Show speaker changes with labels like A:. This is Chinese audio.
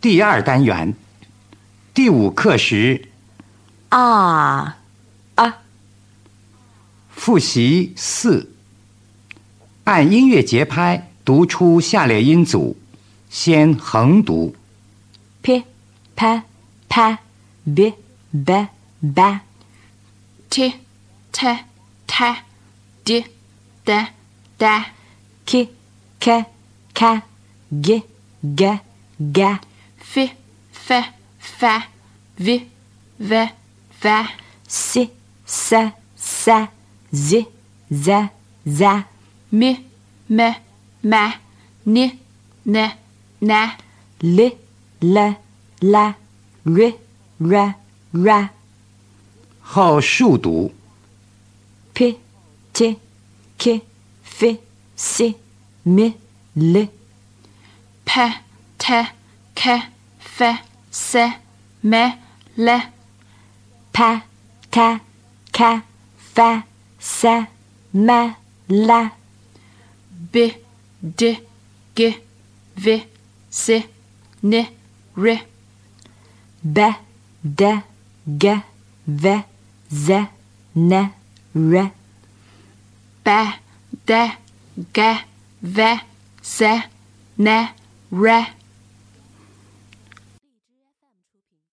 A: 第二单元第五课时
B: 啊啊
A: 复习四，按音乐节拍读出下列音组，先横读。
B: p p p b b b
C: t t t d d d
B: k k k g g g
C: f f f v v v
B: s s s z z z
C: m m m n n n
B: l l la r r r
A: 后数读
B: p t k f s m l
C: p t k f s m l
B: pa ta ka fa sa ma la
C: b d g v s n r
B: ba da ga ve ze ne re
C: b d g v s n r